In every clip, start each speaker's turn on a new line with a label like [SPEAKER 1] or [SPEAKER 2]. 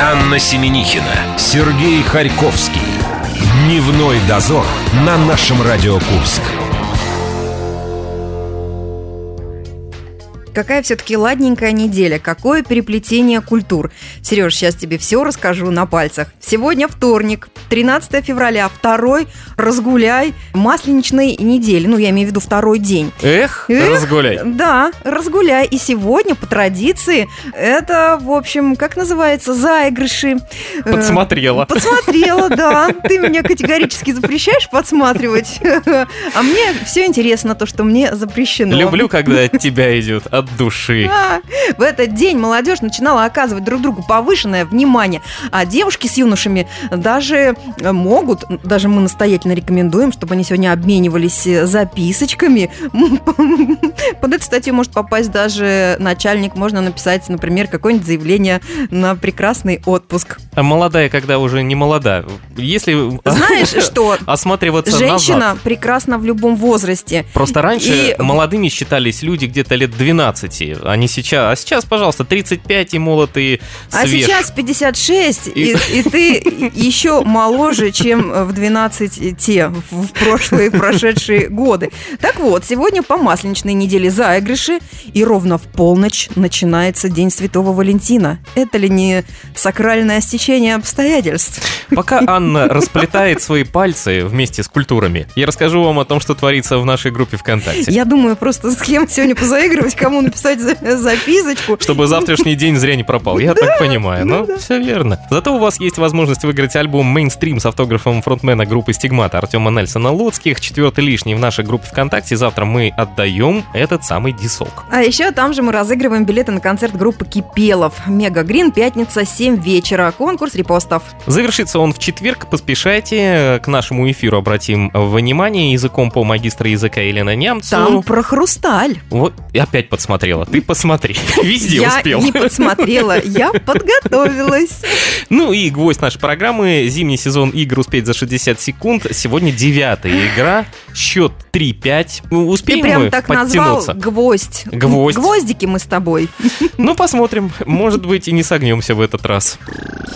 [SPEAKER 1] Анна Семенихина, Сергей Харьковский. Дневной дозор на нашем Радио Курск.
[SPEAKER 2] Какая все-таки ладненькая неделя, какое переплетение культур. Сереж, сейчас тебе все расскажу на пальцах. Сегодня вторник, 13 февраля, второй разгуляй масленичной недели. Ну, я имею в виду второй день.
[SPEAKER 3] Эх,
[SPEAKER 2] Эх,
[SPEAKER 3] разгуляй.
[SPEAKER 2] Да, разгуляй. И сегодня, по традиции, это, в общем, как называется, заигрыши. Э,
[SPEAKER 3] Подсмотрела.
[SPEAKER 2] Подсмотрела, да. Ты меня категорически запрещаешь подсматривать. А мне все интересно, то, что мне запрещено.
[SPEAKER 3] Люблю, когда от тебя идет, от души.
[SPEAKER 2] А, В этот день молодежь начинала оказывать друг другу повышенное внимание, а девушки с юношами даже э, могут, даже мы настоятельно рекомендуем, чтобы они сегодня обменивались э, записочками. Под эту статью может попасть даже начальник, можно написать, например, какое-нибудь заявление на прекрасный отпуск.
[SPEAKER 3] А молодая, когда уже не молода. Если
[SPEAKER 2] Знаешь что?
[SPEAKER 3] осматриваться назад.
[SPEAKER 2] Женщина прекрасна в любом возрасте.
[SPEAKER 3] Просто раньше
[SPEAKER 2] И-
[SPEAKER 3] молодыми считались люди где-то лет 12, а не сейчас. А сейчас, пожалуйста, 35 и молод и
[SPEAKER 2] А
[SPEAKER 3] свеж.
[SPEAKER 2] сейчас 56, и, и ты еще моложе, чем в 12 те, в в прошлые прошедшие годы. Так вот, сегодня по масленичной неделе заигрыши, и ровно в полночь начинается День Святого Валентина. Это ли не сакральное стечение обстоятельств?
[SPEAKER 3] Пока Анна расплетает свои пальцы вместе с культурами, я расскажу вам о том, что творится в нашей группе ВКонтакте.
[SPEAKER 2] Я думаю, просто с кем сегодня позаигрывать, кому написать за- записочку.
[SPEAKER 3] Чтобы завтрашний день зря не пропал, я так понимаю.
[SPEAKER 2] да,
[SPEAKER 3] Ну,
[SPEAKER 2] да.
[SPEAKER 3] все верно. Зато у вас есть возможность выиграть альбом «Мейнстрим» с автографом фронтмена группы «Стигмата» Артема Нельсона Лоцких. Четвертый лишний в нашей группе ВКонтакте. Завтра мы отдаем этот самый дисок.
[SPEAKER 2] А еще там же мы разыгрываем билеты на концерт группы Кипелов. Мега Грин, пятница, 7 вечера. Конкурс репостов.
[SPEAKER 3] Завершится он в четверг. Поспешайте. э, К нашему эфиру обратим внимание языком по магистра языка Елена Нямцу.
[SPEAKER 2] Там про хрусталь.
[SPEAKER 3] Вот, и опять подсмотрела. Ты посмотри. Везде
[SPEAKER 2] я
[SPEAKER 3] успел.
[SPEAKER 2] не подсмотрела, я подготовилась.
[SPEAKER 3] Ну и гвоздь нашей программы. Зимний сезон игр успеть за 60 секунд. Сегодня девятая игра. Счет 3-5. Ну,
[SPEAKER 2] Ты
[SPEAKER 3] Успеем мы
[SPEAKER 2] прям так назвал
[SPEAKER 3] подтянуться?
[SPEAKER 2] гвоздь.
[SPEAKER 3] Гвоздь.
[SPEAKER 2] Гвоздики мы с тобой.
[SPEAKER 3] Ну, посмотрим. Может быть, и не согнемся в этот раз.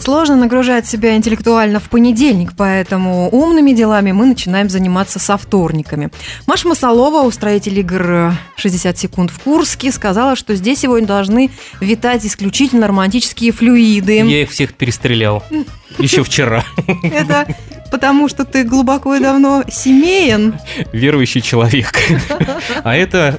[SPEAKER 2] Сложно нагружать себя интеллектуально в понедельник, поэтому умными делами мы начинаем заниматься со вторниками. Маша Масалова, устроитель игр э, «60 секунд в Курске», сказала, что здесь сегодня должны витать исключительно романтические флюиды.
[SPEAKER 3] их всех перестрелял. Еще вчера.
[SPEAKER 2] Это потому, что ты глубоко и давно семеен.
[SPEAKER 3] Верующий человек. А это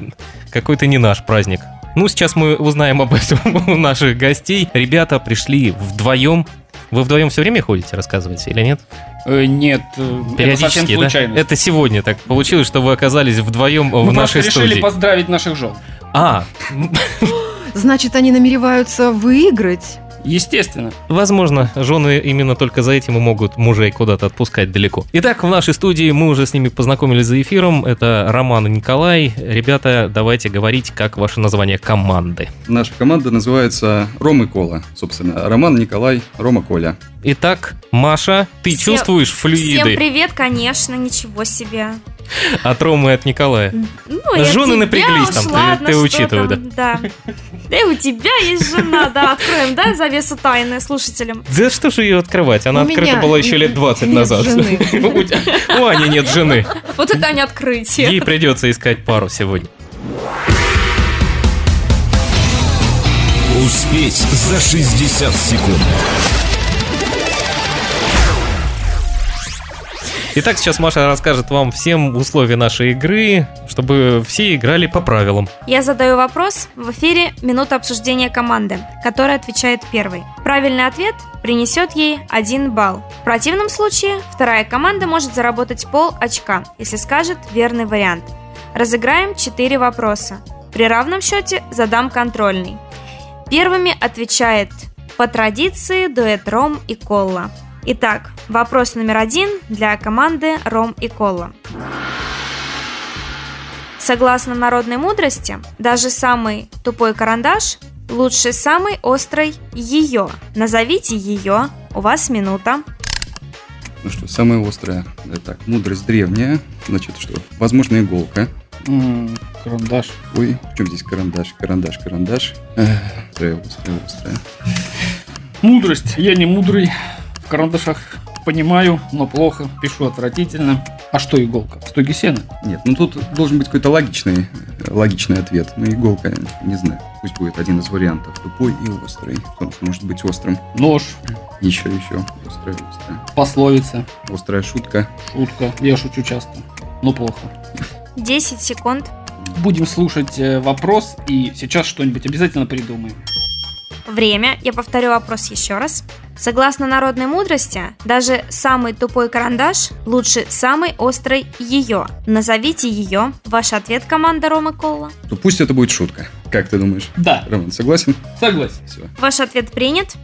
[SPEAKER 3] какой-то не наш праздник. Ну, сейчас мы узнаем об этом у наших гостей. Ребята пришли вдвоем. Вы вдвоем все время ходите, рассказываете или нет?
[SPEAKER 4] Э, Нет, э, это совсем
[SPEAKER 3] Периодически,
[SPEAKER 4] случайность.
[SPEAKER 3] да? Это сегодня так получилось, что вы оказались вдвоем
[SPEAKER 4] Мы
[SPEAKER 3] в
[SPEAKER 4] просто
[SPEAKER 3] нашей
[SPEAKER 4] решили
[SPEAKER 3] студии.
[SPEAKER 4] поздравить наших жен.
[SPEAKER 3] А,
[SPEAKER 2] Значит, они намереваются выиграть.
[SPEAKER 4] Естественно.
[SPEAKER 3] возможно, жены именно только за этим и могут мужей куда-то отпускать далеко. Итак, в нашей студии мы уже с ними познакомились за эфиром. Это Роман и Николай. Ребята, давайте говорить, как ваше название команды.
[SPEAKER 5] Наша команда называется Ром и Кола, собственно. Роман, Николай, Рома, Коля.
[SPEAKER 3] Итак, Маша, ты
[SPEAKER 6] Всем-
[SPEAKER 3] чувствуешь
[SPEAKER 6] Всем
[SPEAKER 3] флюиды
[SPEAKER 6] привет, конечно, ничего себе.
[SPEAKER 3] от Ромы и от Николая?
[SPEAKER 6] Ну, и от
[SPEAKER 3] Жены
[SPEAKER 6] тебя
[SPEAKER 3] напряглись
[SPEAKER 6] уж,
[SPEAKER 3] там, ты-
[SPEAKER 6] ладно,
[SPEAKER 3] ты
[SPEAKER 6] что
[SPEAKER 3] учитывай,
[SPEAKER 6] там, да. Да и у тебя есть жена, да, откроем, да, завесу тайны слушателям.
[SPEAKER 3] Да что же ее открывать? Она
[SPEAKER 2] У
[SPEAKER 3] открыта
[SPEAKER 2] меня
[SPEAKER 3] была еще лет 20
[SPEAKER 2] нет
[SPEAKER 3] назад.
[SPEAKER 2] жены.
[SPEAKER 3] У тебя- У Ани нет жены.
[SPEAKER 6] Вот это не открытие.
[SPEAKER 3] Ей придется искать пару сегодня.
[SPEAKER 1] Успеть за 60 секунд.
[SPEAKER 3] Итак, сейчас Маша расскажет вам всем условия нашей игры, чтобы все играли по правилам.
[SPEAKER 6] Я задаю вопрос. В эфире минута обсуждения команды, которая отвечает первой. Правильный ответ принесет ей один балл. В противном случае вторая команда может заработать пол очка, если скажет верный вариант. Разыграем 4 вопроса. При равном счете задам контрольный. Первыми отвечает по традиции дуэт Ром и Колла. Итак, вопрос номер один для команды Ром и Колла. Согласно народной мудрости, даже самый тупой карандаш лучше самый острый ее. Назовите ее У вас минута.
[SPEAKER 5] Ну что, самое острое. Э, Так, мудрость древняя. Значит, что? Возможно, иголка.
[SPEAKER 4] М, Карандаш.
[SPEAKER 5] Ой, в чем здесь карандаш? Карандаш, карандаш. Эх, Острое, острое, острое.
[SPEAKER 4] Мудрость. Я не мудрый. В карандашах понимаю, но плохо. Пишу отвратительно. А что иголка? Стоги сена.
[SPEAKER 5] Нет, ну тут должен быть какой-то логичный, э, логичный ответ. Ну, иголка, не знаю. Пусть будет один из вариантов. Тупой и острый. Что он может быть острым?
[SPEAKER 4] Нож.
[SPEAKER 5] Еще, еще. Острое, острое.
[SPEAKER 4] Пословица.
[SPEAKER 5] Острая шутка.
[SPEAKER 4] Шутка. Я шучу часто. Но плохо.
[SPEAKER 6] 10 секунд.
[SPEAKER 4] Будем слушать э, вопрос и сейчас что-нибудь обязательно придумаем.
[SPEAKER 6] Время. Я повторю вопрос еще раз. Согласно народной мудрости, даже самый тупой карандаш лучше самый острый ее. Назовите ее. Ваш ответ, команда Ромы Колла.
[SPEAKER 5] Ну, пусть это будет шутка. Как ты думаешь?
[SPEAKER 4] Да,
[SPEAKER 5] Роман, согласен?
[SPEAKER 4] согласен.
[SPEAKER 5] Все.
[SPEAKER 6] Ваш ответ принят,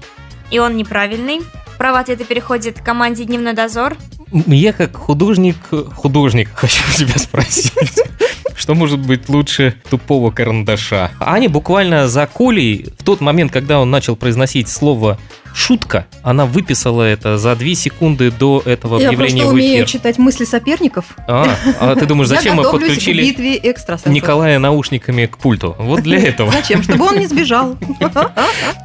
[SPEAKER 6] и он неправильный. Право ответа переходит к команде «Дневной дозор».
[SPEAKER 3] Я как художник, художник, хочу тебя спросить. Что может быть лучше тупого карандаша? Аня буквально за Колей, в тот момент, когда он начал произносить слово «шутка», она выписала это за 2 секунды до этого
[SPEAKER 2] Я
[SPEAKER 3] объявления
[SPEAKER 2] просто
[SPEAKER 3] в эфир.
[SPEAKER 2] умею читать мысли соперников.
[SPEAKER 3] А, а ты думаешь,
[SPEAKER 2] Я
[SPEAKER 3] зачем мы
[SPEAKER 2] готовлюсь к
[SPEAKER 3] подключили
[SPEAKER 2] битве экстрасенсов.
[SPEAKER 3] Николая наушниками к пульту? Вот для этого.
[SPEAKER 2] Зачем? Чтобы он не сбежал.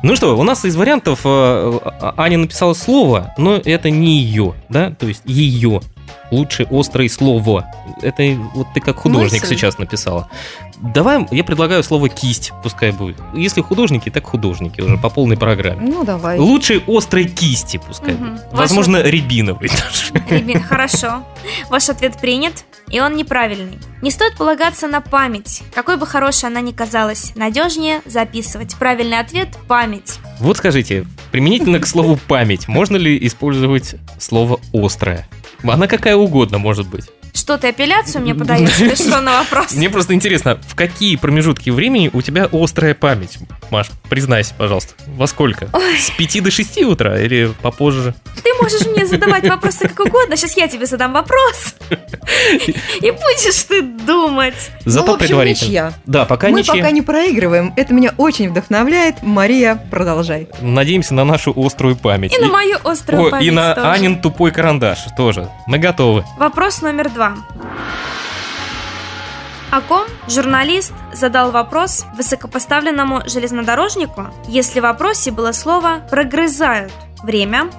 [SPEAKER 3] Ну что, у нас из вариантов э, а- Аня написала слово, но это не ее, да? То есть ее. Лучше острое слово. Это вот ты как художник
[SPEAKER 2] Мысль.
[SPEAKER 3] сейчас написала. Давай, я предлагаю слово кисть, пускай будет. Если художники, так художники уже по полной программе.
[SPEAKER 2] Ну, давай.
[SPEAKER 3] Лучше острой кисти, пускай
[SPEAKER 6] Мгм.
[SPEAKER 3] будет.
[SPEAKER 6] Ваш
[SPEAKER 3] Возможно, рябиновый даже.
[SPEAKER 6] Ребят, хорошо. Ваш ответ принят, и он неправильный. Не стоит полагаться на память. Какой бы хорошей она ни казалась, надежнее записывать. Правильный ответ – память.
[SPEAKER 3] Вот скажите, применительно к слову память, можно ли использовать слово острое? Она какая угодно может быть.
[SPEAKER 6] Что ты апелляцию мне подаешь? Ты что на вопрос?
[SPEAKER 3] Мне просто интересно, в какие промежутки времени у тебя острая память? Маш, признайся, пожалуйста, во сколько? С 5 до 6 утра или попозже?
[SPEAKER 6] Ты можешь мне задавать вопросы как угодно. Сейчас я тебе задам вопрос. И будешь ты думать.
[SPEAKER 3] Зато
[SPEAKER 2] ну, в общем,
[SPEAKER 3] предварительно.
[SPEAKER 2] ничья.
[SPEAKER 3] Да, пока
[SPEAKER 2] Мы
[SPEAKER 3] ничья.
[SPEAKER 2] пока не проигрываем. Это меня очень вдохновляет. Мария, продолжай.
[SPEAKER 3] Надеемся на нашу острую память.
[SPEAKER 6] И на мою острую
[SPEAKER 3] О,
[SPEAKER 6] память
[SPEAKER 3] и на
[SPEAKER 6] тоже.
[SPEAKER 3] Анин тупой карандаш тоже. Мы готовы.
[SPEAKER 6] Вопрос номер два. О ком журналист задал вопрос высокопоставленному железнодорожнику, если в вопросе было слово «прогрызают»? Время.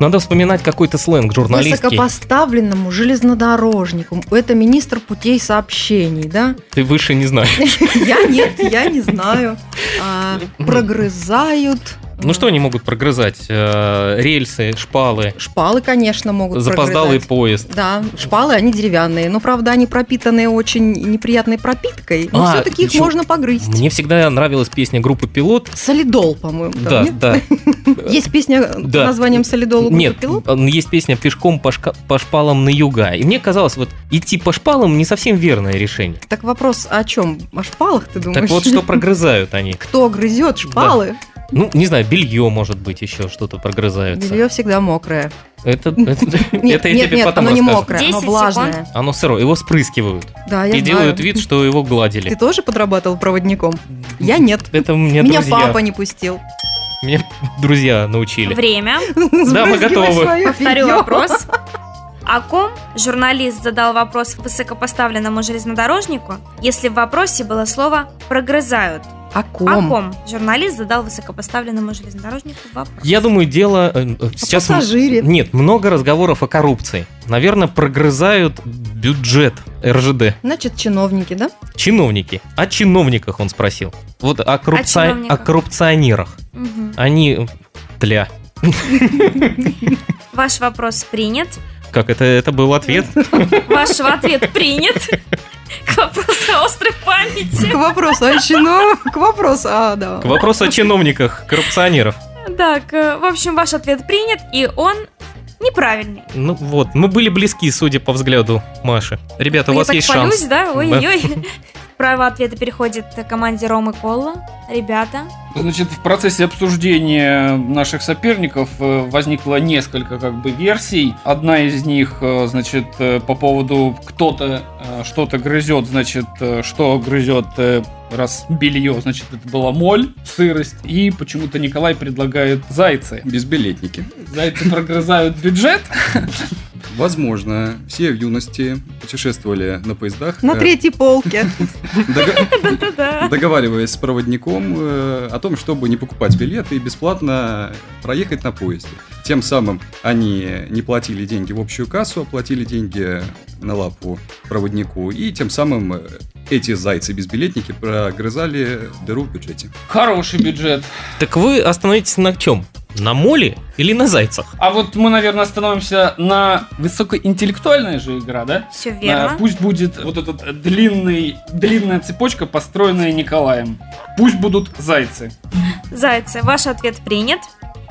[SPEAKER 3] Надо вспоминать какой-то сленг журналистский.
[SPEAKER 2] Высокопоставленному железнодорожнику. Это министр путей сообщений, да?
[SPEAKER 3] Ты выше не знаешь.
[SPEAKER 2] Я нет, я не знаю. А, Прогрызают.
[SPEAKER 3] Ну что они могут прогрызать? Э, Рельсы, шпалы,
[SPEAKER 2] Шпалы, конечно, могут
[SPEAKER 3] запоздалый
[SPEAKER 2] прогрызать.
[SPEAKER 3] поезд.
[SPEAKER 2] Да, шпалы, они деревянные, но, правда, они пропитанные очень неприятной пропиткой, но
[SPEAKER 3] А,
[SPEAKER 2] все-таки их
[SPEAKER 3] ещё-
[SPEAKER 2] можно погрызть.
[SPEAKER 3] Мне всегда нравилась песня группы «Пилот».
[SPEAKER 2] Солидол, по-моему, да,
[SPEAKER 3] Да,
[SPEAKER 2] нет?
[SPEAKER 3] да.
[SPEAKER 2] Есть песня под
[SPEAKER 3] Да.
[SPEAKER 2] названием «Солидол» у группы
[SPEAKER 3] Нет,
[SPEAKER 2] «Пилот»?
[SPEAKER 3] м, есть песня «Пешком по, шка- по шпалам на юга». И мне казалось, вот идти по шпалам не совсем верное решение.
[SPEAKER 2] Так вопрос о чем? О шпалах, ты думаешь?
[SPEAKER 3] Так вот, что прогрызают они.
[SPEAKER 2] Кто грызет шпалы?
[SPEAKER 3] Ну, не знаю, белье, может быть, еще что-то прогрызаются.
[SPEAKER 2] Белье всегда мокрое.
[SPEAKER 3] Это, это-
[SPEAKER 2] Нет,
[SPEAKER 3] это я
[SPEAKER 2] нет,
[SPEAKER 3] тебе
[SPEAKER 2] нет,
[SPEAKER 3] потом
[SPEAKER 2] оно не
[SPEAKER 3] расскажу.
[SPEAKER 2] мокрое, оно
[SPEAKER 6] 10
[SPEAKER 2] влажное.
[SPEAKER 3] Оно сырое, его спрыскивают.
[SPEAKER 2] Да, я знаю.
[SPEAKER 3] И делают вид, что его
[SPEAKER 2] Ты
[SPEAKER 3] гладили.
[SPEAKER 2] тоже подрабатывал проводником? Я нет.
[SPEAKER 3] Это мне
[SPEAKER 2] Меня
[SPEAKER 3] друзья.
[SPEAKER 2] папа не пустил.
[SPEAKER 3] Меня друзья научили.
[SPEAKER 6] Время.
[SPEAKER 3] Да, мы готовы.
[SPEAKER 6] Повторю вопрос. О ком журналист задал вопрос высокопоставленному железнодорожнику, если в вопросе было слово «прогрызают»?
[SPEAKER 2] О
[SPEAKER 6] О
[SPEAKER 2] ком?
[SPEAKER 6] ком журналист задал высокопоставленному железнодорожнику вопрос?
[SPEAKER 3] Я думаю, дело э, э, сейчас... м-
[SPEAKER 2] А Пассажире.
[SPEAKER 3] Нет, много разговоров о коррупции. Наверное, прогрызают бюджет РЖД.
[SPEAKER 2] Значит, чиновники, да?
[SPEAKER 3] Чиновники. О чиновниках он спросил. Вот о, коррупци-
[SPEAKER 6] О чиновниках.
[SPEAKER 3] о коррупционерах.
[SPEAKER 6] Мгм.
[SPEAKER 3] Они... Тля.
[SPEAKER 6] Ваш вопрос принят.
[SPEAKER 3] Как это? Это был ответ?
[SPEAKER 6] Ваш ответ принят. К вопросу о острой
[SPEAKER 2] К
[SPEAKER 6] памяти.
[SPEAKER 2] вопросу о чинов... К вопросу, а, да.
[SPEAKER 3] К вопросу о чиновниках, коррупционеров.
[SPEAKER 6] Так, э, в общем, ваш ответ принят, и он неправильный.
[SPEAKER 3] Ну вот, мы были близки, судя по взгляду Маши. Ребята, у
[SPEAKER 6] Я
[SPEAKER 3] вас
[SPEAKER 6] так
[SPEAKER 3] есть
[SPEAKER 6] хвалюсь,
[SPEAKER 3] шанс.
[SPEAKER 6] да? Ой-ой-ой. Право ответа переходит к команде Ромы Колла. Ребята,
[SPEAKER 4] Значит, в процессе обсуждения наших соперников э, возникло несколько как бы версий. Одна из них, э, значит, э, по поводу кто-то э, что-то грызет, значит, э, что грызет э, раз белье, значит, это была моль, сырость. И почему-то Николай предлагает зайцы.
[SPEAKER 5] Безбилетники.
[SPEAKER 4] Зайцы прогрызают бюджет.
[SPEAKER 5] Возможно, все в юности путешествовали на поездах.
[SPEAKER 2] На
[SPEAKER 5] э,
[SPEAKER 2] третьей полке.
[SPEAKER 5] дога-
[SPEAKER 6] Да-да-да.
[SPEAKER 5] договариваясь с проводником э, о том, чтобы не покупать билет и бесплатно проехать на поезде. Тем самым они не платили деньги в общую кассу, а платили деньги на лапу проводнику. И тем самым э, эти зайцы-безбилетники прогрызали дыру в бюджете.
[SPEAKER 4] Хороший бюджет.
[SPEAKER 3] Так вы остановитесь на чем? На моле или на зайцах?
[SPEAKER 4] А вот мы, наверное, остановимся на высокоинтеллектуальная же игра, да?
[SPEAKER 6] Все
[SPEAKER 4] А,
[SPEAKER 6] верно.
[SPEAKER 4] Пусть будет вот этот э, длинный, длинная цепочка, построенная Николаем. Пусть будут зайцы.
[SPEAKER 6] Зайцы, ваш ответ принят.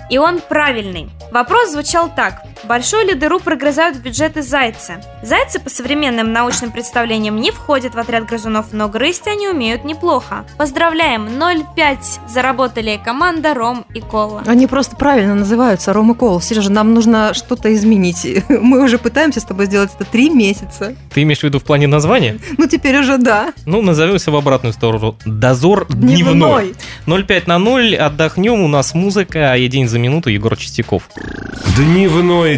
[SPEAKER 6] И он правильный. Вопрос звучал так. Большую ли дыру прогрызают в бюджеты зайцы? Зайцы по современным научным представлениям не входят в отряд грызунов, но грызть они умеют неплохо. Поздравляем, 0-5 заработали команда Ром и Кола.
[SPEAKER 2] Они просто правильно называются Ром и Кол. Сережа, нам нужно что-то изменить. Мы уже пытаемся с тобой сделать это три месяца.
[SPEAKER 3] Ты имеешь в виду в плане названия?
[SPEAKER 2] Ну, теперь уже да.
[SPEAKER 3] Ну, назовемся в обратную сторону. Дозор дневной. 0,5 на 0, отдохнем, у нас музыка, а день за минуту Егор Чистяков.
[SPEAKER 1] Дневной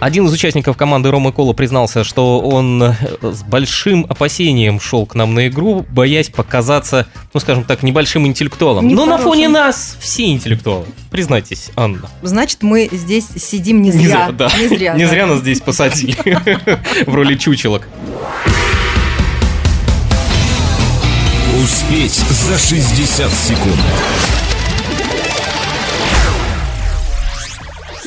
[SPEAKER 3] Один из участников команды Рома Кола признался, что он э, с большим опасением шел к нам на игру, боясь показаться, ну, скажем так, небольшим интеллектуалом. Но на
[SPEAKER 2] Нехорошим.
[SPEAKER 3] фоне нас все интеллектуалы. Признайтесь, Анна.
[SPEAKER 2] Значит, мы здесь сидим не зря.
[SPEAKER 3] да.
[SPEAKER 2] Не зря.
[SPEAKER 3] Не
[SPEAKER 2] да.
[SPEAKER 3] зря нас здесь посадили в роли чучелок.
[SPEAKER 1] Успеть за 60 секунд.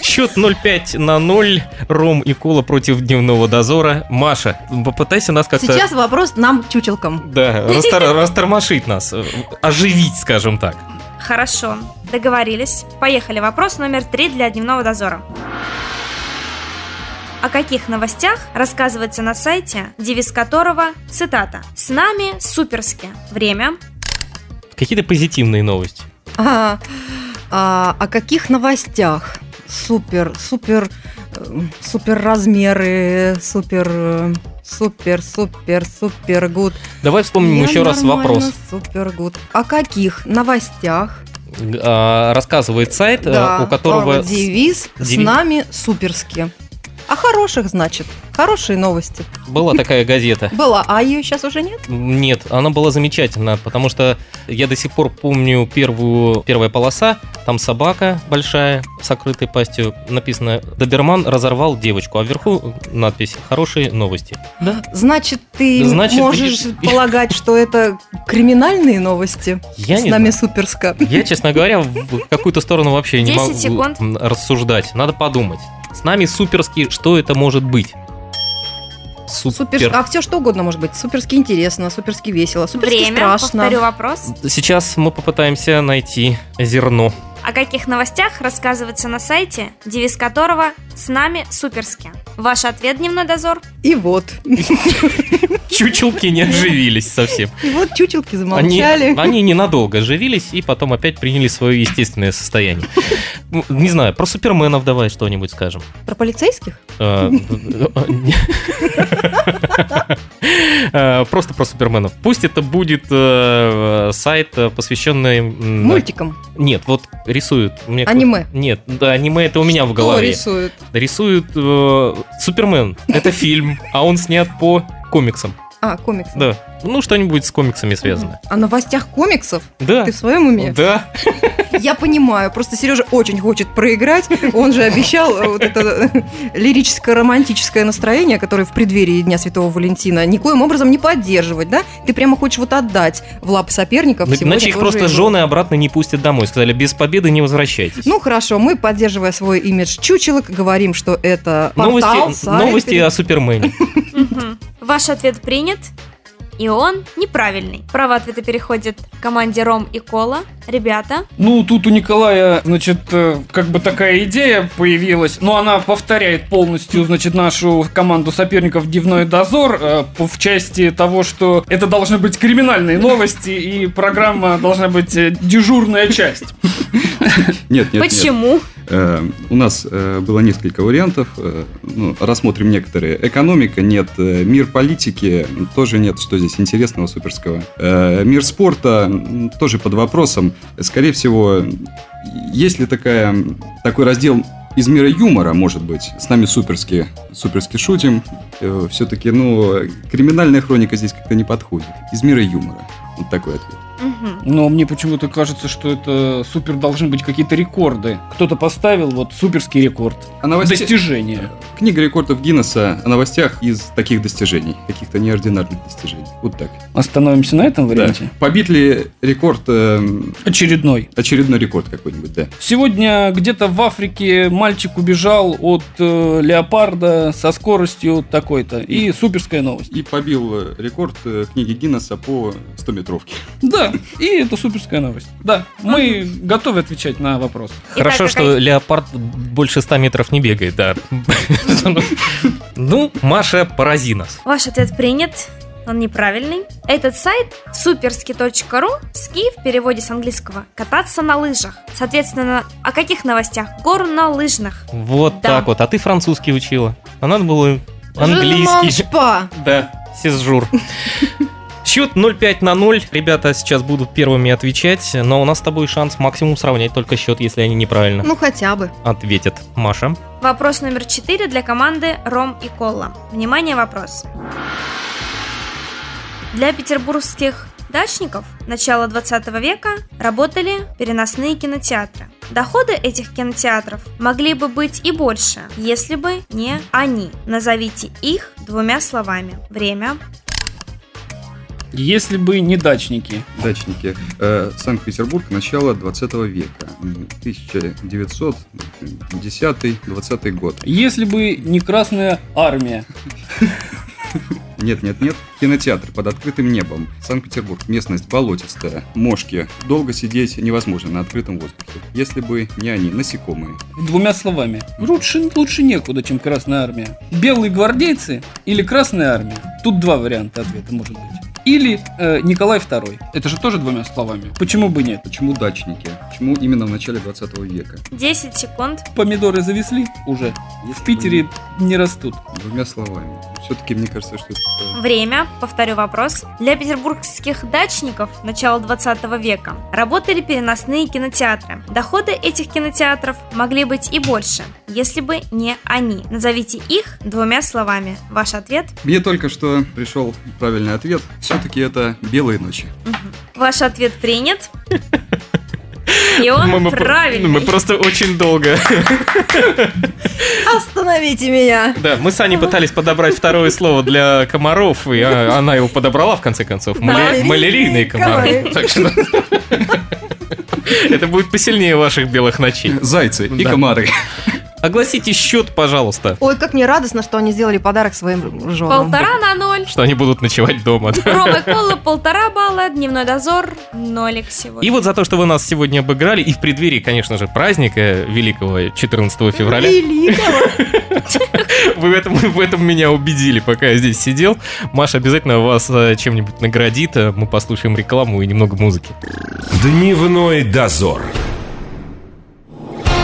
[SPEAKER 3] Счет 0-5 на 0. Ром и Кола против дневного дозора. Маша, попытайся нас как-то...
[SPEAKER 2] Сейчас вопрос нам, чучелкам.
[SPEAKER 3] Да, растор- растормошить нас, э, оживить, скажем так.
[SPEAKER 6] Хорошо, договорились. Поехали. Вопрос номер три для дневного дозора. О каких новостях рассказывается на сайте, девиз которого, цитата, «С нами суперски. Время
[SPEAKER 3] Какие-то позитивные новости.
[SPEAKER 2] А, а, о каких новостях? Супер, супер, э, супер размеры, супер, э, супер, супер, супер гуд.
[SPEAKER 3] Давай вспомним
[SPEAKER 2] Я
[SPEAKER 3] еще раз
[SPEAKER 2] нормально,
[SPEAKER 3] вопрос.
[SPEAKER 2] Супер гуд. О каких новостях?
[SPEAKER 3] А, Рассказывает сайт, э,
[SPEAKER 2] Да,
[SPEAKER 3] у которого... с-
[SPEAKER 2] девиз, с
[SPEAKER 3] девиз.
[SPEAKER 2] нами суперски. О хороших, значит. Хорошие новости.
[SPEAKER 3] Была такая газета.
[SPEAKER 2] Была, а ее сейчас уже нет?
[SPEAKER 3] Нет, она была замечательна, потому что я до сих пор помню первую, первая полоса, там собака большая с открытой пастью, написано «Доберман разорвал девочку», а вверху надпись «Хорошие новости».
[SPEAKER 2] Значит, ты
[SPEAKER 3] Значит,
[SPEAKER 2] можешь
[SPEAKER 3] ты-
[SPEAKER 2] полагать, что это криминальные новости
[SPEAKER 3] Я
[SPEAKER 2] с
[SPEAKER 3] не
[SPEAKER 2] нами
[SPEAKER 3] знаю.
[SPEAKER 2] суперска.
[SPEAKER 3] Я, честно говоря, в какую-то сторону вообще не
[SPEAKER 6] 10
[SPEAKER 3] могу
[SPEAKER 6] секунд.
[SPEAKER 3] м, рассуждать. Надо подумать. С нами суперски, что это может быть?
[SPEAKER 2] Супер... А все что угодно может быть. Суперски интересно, суперски весело, суперски
[SPEAKER 6] Время,
[SPEAKER 2] страшно.
[SPEAKER 6] повторю вопрос.
[SPEAKER 3] Сейчас мы попытаемся найти зерно.
[SPEAKER 6] О каких новостях рассказывается на сайте, девиз которого «С нами суперски». Ваш ответ, дневной дозор?
[SPEAKER 2] И вот.
[SPEAKER 3] Чучелки не оживились совсем.
[SPEAKER 2] И вот чучелки
[SPEAKER 3] Они,
[SPEAKER 2] замолчали.
[SPEAKER 3] они ненадолго оживились и потом опять приняли свое естественное состояние. Ну, Не знаю, про суперменов давай что-нибудь скажем.
[SPEAKER 2] Про полицейских?
[SPEAKER 3] Э, э, Просто про суперменов. Пусть это будет э, сайт, э, посвященный... м,
[SPEAKER 2] Мультиком.
[SPEAKER 3] Нет, вот рисуют. Мне
[SPEAKER 2] Аниме.
[SPEAKER 3] какой- Нет, да, аниме это у меня в
[SPEAKER 2] Что
[SPEAKER 3] голове.
[SPEAKER 2] рисуют?
[SPEAKER 3] Рисуют э, Супермен. Это фильм, а он снят по комиксам.
[SPEAKER 2] А, комиксы.
[SPEAKER 3] Да. Ну, что-нибудь с комиксами связано.
[SPEAKER 2] О новостях комиксов?
[SPEAKER 3] Да.
[SPEAKER 2] Ты в своем уме?
[SPEAKER 3] Да.
[SPEAKER 2] Я понимаю, просто Сережа очень хочет проиграть. Он же обещал э, вот это э, лирическо-романтическое настроение, которое в преддверии Дня Святого Валентина, никоим образом не поддерживать, да? Ты прямо хочешь вот отдать в лапы соперников.
[SPEAKER 3] Иначе
[SPEAKER 2] сегодня
[SPEAKER 3] их
[SPEAKER 2] тоже
[SPEAKER 3] просто
[SPEAKER 2] игру.
[SPEAKER 3] жены обратно не пустят домой. Сказали, без победы не возвращайтесь.
[SPEAKER 2] Ну хорошо, мы, поддерживая свой имидж чучелок, говорим, что это портал,
[SPEAKER 3] новости,
[SPEAKER 2] сайт,
[SPEAKER 3] новости о Супермене.
[SPEAKER 6] Мгм. Ваш ответ принят. и он неправильный. Право ответа переходит к команде Ром и Кола. Ребята,
[SPEAKER 4] Ну, тут у Николая, значит, э, как бы такая идея появилась, но она повторяет полностью, значит, нашу команду соперников Дивной Дозор э, по- в части того, что это должны быть криминальные новости и программа должна быть э, дежурная часть.
[SPEAKER 5] Нет, нет, нет.
[SPEAKER 6] почему?
[SPEAKER 5] Э, У нас э, было несколько вариантов. Э, ну, Рассмотрим некоторые. Экономика нет, э, мир политики м, тоже нет, что здесь интересного суперского. Э, Мир спорта м, тоже под вопросом. Скорее всего, есть ли такая, м, такой раздел из мира юмора, может быть, с нами суперски, суперски шутим. Все-таки, ну, криминальная хроника здесь как-то не подходит. Из мира юмора. Вот такой ответ.
[SPEAKER 6] Мгм.
[SPEAKER 4] Но мне почему-то кажется, что это супер должны быть какие-то рекорды. Кто-то поставил вот суперский рекорд.
[SPEAKER 5] А новостей-
[SPEAKER 4] Достижение.
[SPEAKER 5] Книга рекордов Гиннесса о новостях из таких достижений, каких-то неординарных достижений. Вот так.
[SPEAKER 4] Остановимся на этом варианте.
[SPEAKER 5] Да. Побит ли рекорд, эм,
[SPEAKER 4] Очередной.
[SPEAKER 5] очередной рекорд какой-нибудь, да.
[SPEAKER 4] Сегодня где-то в Африке мальчик убежал от э, леопарда со скоростью такой-то. И суперская новость.
[SPEAKER 5] И побил э, рекорд э, книги Гиннесса по 100-метровке.
[SPEAKER 4] Да, и это суперская новость. Да, мы готовы отвечать на вопрос.
[SPEAKER 3] Хорошо,
[SPEAKER 6] Итак,
[SPEAKER 3] что
[SPEAKER 6] какая-
[SPEAKER 3] леопард больше 100 метров не бегает, да. Ну, Маша порази нас.
[SPEAKER 6] Ваш ответ принят. Он неправильный. Этот сайт суперски.ру ски в переводе с английского кататься на лыжах. Соответственно, о каких новостях? Гору на лыжных.
[SPEAKER 3] Вот
[SPEAKER 6] Да.
[SPEAKER 3] так вот. А ты французский учила. А надо было
[SPEAKER 2] Жильман
[SPEAKER 3] английский.
[SPEAKER 2] Шпа.
[SPEAKER 3] Да, сизжур. Счет 0-5 на 0. Ребята сейчас будут первыми отвечать, но у нас с тобой шанс максимум сравнять только счет, если они неправильно
[SPEAKER 2] Ну, хотя бы.
[SPEAKER 3] ответят. Маша.
[SPEAKER 6] Вопрос номер 4 для команды Ром и Колла. Внимание, вопрос. Для петербургских дачников начала 20 века работали переносные кинотеатры. Доходы этих кинотеатров могли бы быть и больше, если бы не они. Назовите их двумя словами. Время.
[SPEAKER 4] Если бы не дачники.
[SPEAKER 5] Дачники. Э, Санкт-Петербург, начало 20 века. М, 1910-20 год.
[SPEAKER 4] Если бы не Красная Армия.
[SPEAKER 5] Нет-нет-нет. Кинотеатр под открытым небом. Санкт-Петербург. Местность болотистая. Мошки. Долго сидеть невозможно на открытом воздухе. Если бы не они, насекомые.
[SPEAKER 4] Двумя словами. Лучше, лучше некуда, чем Красная Армия. Белые гвардейцы или Красная Армия? Тут два варианта ответа может быть. Или э, Николай II. Это же тоже двумя словами. Почему бы нет?
[SPEAKER 5] Почему дачники? Почему именно в начале 20 века?
[SPEAKER 6] 10 секунд.
[SPEAKER 4] Помидоры завезли уже. В
[SPEAKER 5] Если
[SPEAKER 4] Питере
[SPEAKER 5] бы
[SPEAKER 4] не растут.
[SPEAKER 5] не- Двумя словами. Все-таки мне кажется, что это...
[SPEAKER 6] Время. Повторю вопрос. Для петербургских дачников начала 20 века работали переносные кинотеатры. Доходы этих кинотеатров могли быть и больше, если бы не они. Назовите их двумя словами. Ваш ответ.
[SPEAKER 5] Мне только что пришел правильный ответ. Все-таки это «Белые ночи».
[SPEAKER 6] Мгм. Ваш ответ принят. И он правильный.
[SPEAKER 3] Мы просто очень долго.
[SPEAKER 2] Остановите меня.
[SPEAKER 3] Да, мы с Аней пытались подобрать второе слово для комаров, и а, она его подобрала в конце концов.
[SPEAKER 2] Да.
[SPEAKER 3] Маля-
[SPEAKER 2] Малярийные
[SPEAKER 3] Малярийные комары.
[SPEAKER 2] комары.
[SPEAKER 3] Так что- Это будет посильнее ваших белых ночей.
[SPEAKER 5] Зайцы
[SPEAKER 4] Ну
[SPEAKER 5] и
[SPEAKER 3] Да.
[SPEAKER 5] комары.
[SPEAKER 3] Огласите счет, пожалуйста,
[SPEAKER 2] Ой, как мне радостно, что они сделали подарок своим женам.
[SPEAKER 6] Полтора на ноль.
[SPEAKER 3] что они будут ночевать дома.
[SPEAKER 6] Рома и Кола полтора балла. Дневной дозор нолик сегодня.
[SPEAKER 3] И вот за то, что вы нас сегодня обыграли, и в преддверии, конечно же, праздника великого 14 февраля,
[SPEAKER 2] Великого.
[SPEAKER 3] вы в этом, в этом меня убедили, пока я здесь сидел. Маша обязательно вас э, чем-нибудь наградит, э, мы послушаем рекламу и немного музыки.
[SPEAKER 1] Дневной дозор.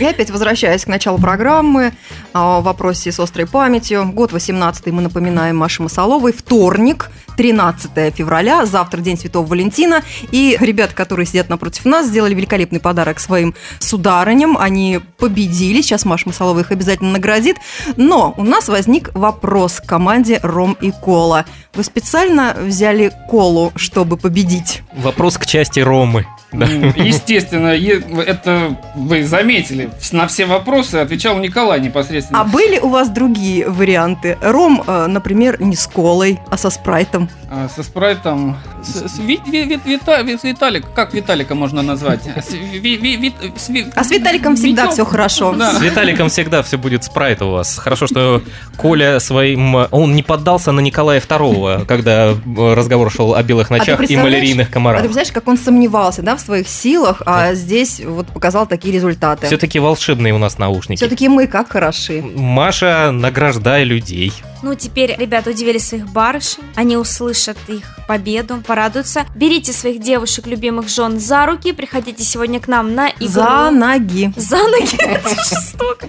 [SPEAKER 2] Я опять возвращаюсь к началу программы о вопросе с острой памятью. Год 18 мы напоминаем Маше Масоловой. Вторник, 13 февраля, завтра День Святого Валентина. И ребята, которые сидят напротив нас, сделали великолепный подарок своим сударыням. Они победили. Сейчас Маша Масолова их обязательно наградит. Но у нас возник вопрос к команде Ром и Кола. Вы специально взяли Колу, чтобы победить?
[SPEAKER 3] Вопрос к части Ромы. Да.
[SPEAKER 4] М, Естественно, е- это вы заметили. На все вопросы отвечал Николай непосредственно.
[SPEAKER 2] А были у вас другие варианты? Ром, э, например, не с колой, а со спрайтом.
[SPEAKER 4] А, Со спрайтом. С- с- Ви- Ви- Ви- Вита- Ви- Виталик, как Виталика можно назвать? С- Ви- Ви- Ви- с Ви-
[SPEAKER 2] А с Виталиком всегда
[SPEAKER 4] Витек?
[SPEAKER 2] все хорошо. А
[SPEAKER 4] Да.
[SPEAKER 3] С Виталиком всегда все будет спрайт у вас. Хорошо, что Коля своим... э, Он не поддался на Николая Второго, когда э, разговор шел о белых
[SPEAKER 2] ты
[SPEAKER 3] ночах и
[SPEAKER 2] представляешь?
[SPEAKER 3] малярийных
[SPEAKER 2] А ты
[SPEAKER 3] комарах.
[SPEAKER 2] представляешь, как он сомневался, да, в своих силах, а здесь вот показал такие результаты.
[SPEAKER 3] Все-таки волшебные у нас наушники.
[SPEAKER 2] Все-таки мы как хороши.
[SPEAKER 3] Маша, награждай людей.
[SPEAKER 6] Ну, теперь ребята удивили своих барышень. Они услышат их победу, порадуются. Берите своих девушек, любимых жен за руки. Приходите сегодня к нам на игру.
[SPEAKER 2] За ноги.
[SPEAKER 6] За ноги, это жестоко.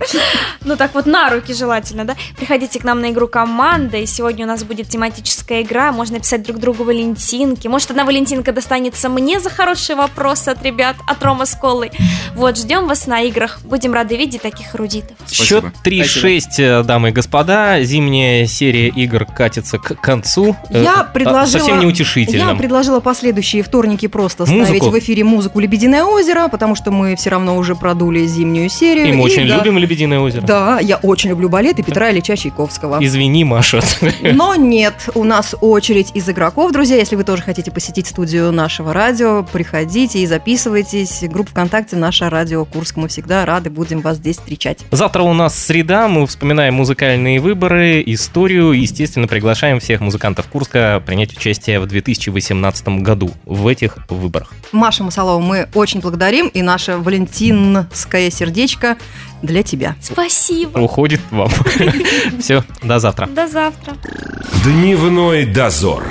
[SPEAKER 6] Ну так вот, на руки желательно, да? Приходите к нам на игру команда, и сегодня у нас будет тематическая игра, можно писать друг другу валентинки. Может, одна валентинка достанется мне за хорошие вопросы от ребят, от Рома с Колой. Вот, ждем вас на играх, будем рады видеть таких эрудитов.
[SPEAKER 3] Счет
[SPEAKER 5] Спасибо.
[SPEAKER 3] 3-6, э, дамы и господа. Зимняя серия игр катится к концу. Э,
[SPEAKER 2] Я
[SPEAKER 3] а,
[SPEAKER 2] предложила-
[SPEAKER 3] Совсем
[SPEAKER 2] Я
[SPEAKER 3] неутешительным.
[SPEAKER 2] предложила последующие вторники просто
[SPEAKER 3] Музыку.
[SPEAKER 2] ставить в эфире музыку «Лебединое озеро», потому что мы все равно уже продули зимнюю серию.
[SPEAKER 3] И
[SPEAKER 2] И
[SPEAKER 3] мы очень
[SPEAKER 2] да,
[SPEAKER 3] любим «Лебединое озеро».
[SPEAKER 2] Да, я очень люблю балет и Петра Ильича Чайковского.
[SPEAKER 3] Извини, Маша.
[SPEAKER 2] Но нет, у нас очередь из игроков, друзья. Если вы тоже хотите посетить студию нашего радио, приходите и записывайтесь. Группа ВКонтакте «Наше радио Курск». Мы всегда рады будем вас здесь встречать.
[SPEAKER 3] Завтра у нас среда, мы вспоминаем музыкальные выборы, историю и, естественно, приглашаем всех музыкантов Курска принять участие в 2018 году в этих выборах.
[SPEAKER 2] Маша Масалова мы очень благодарим, и наше валентинское сердечко для тебя.
[SPEAKER 6] Спасибо.
[SPEAKER 3] Уходит вам. Все, до завтра.
[SPEAKER 6] До завтра.
[SPEAKER 1] Дневной дозор.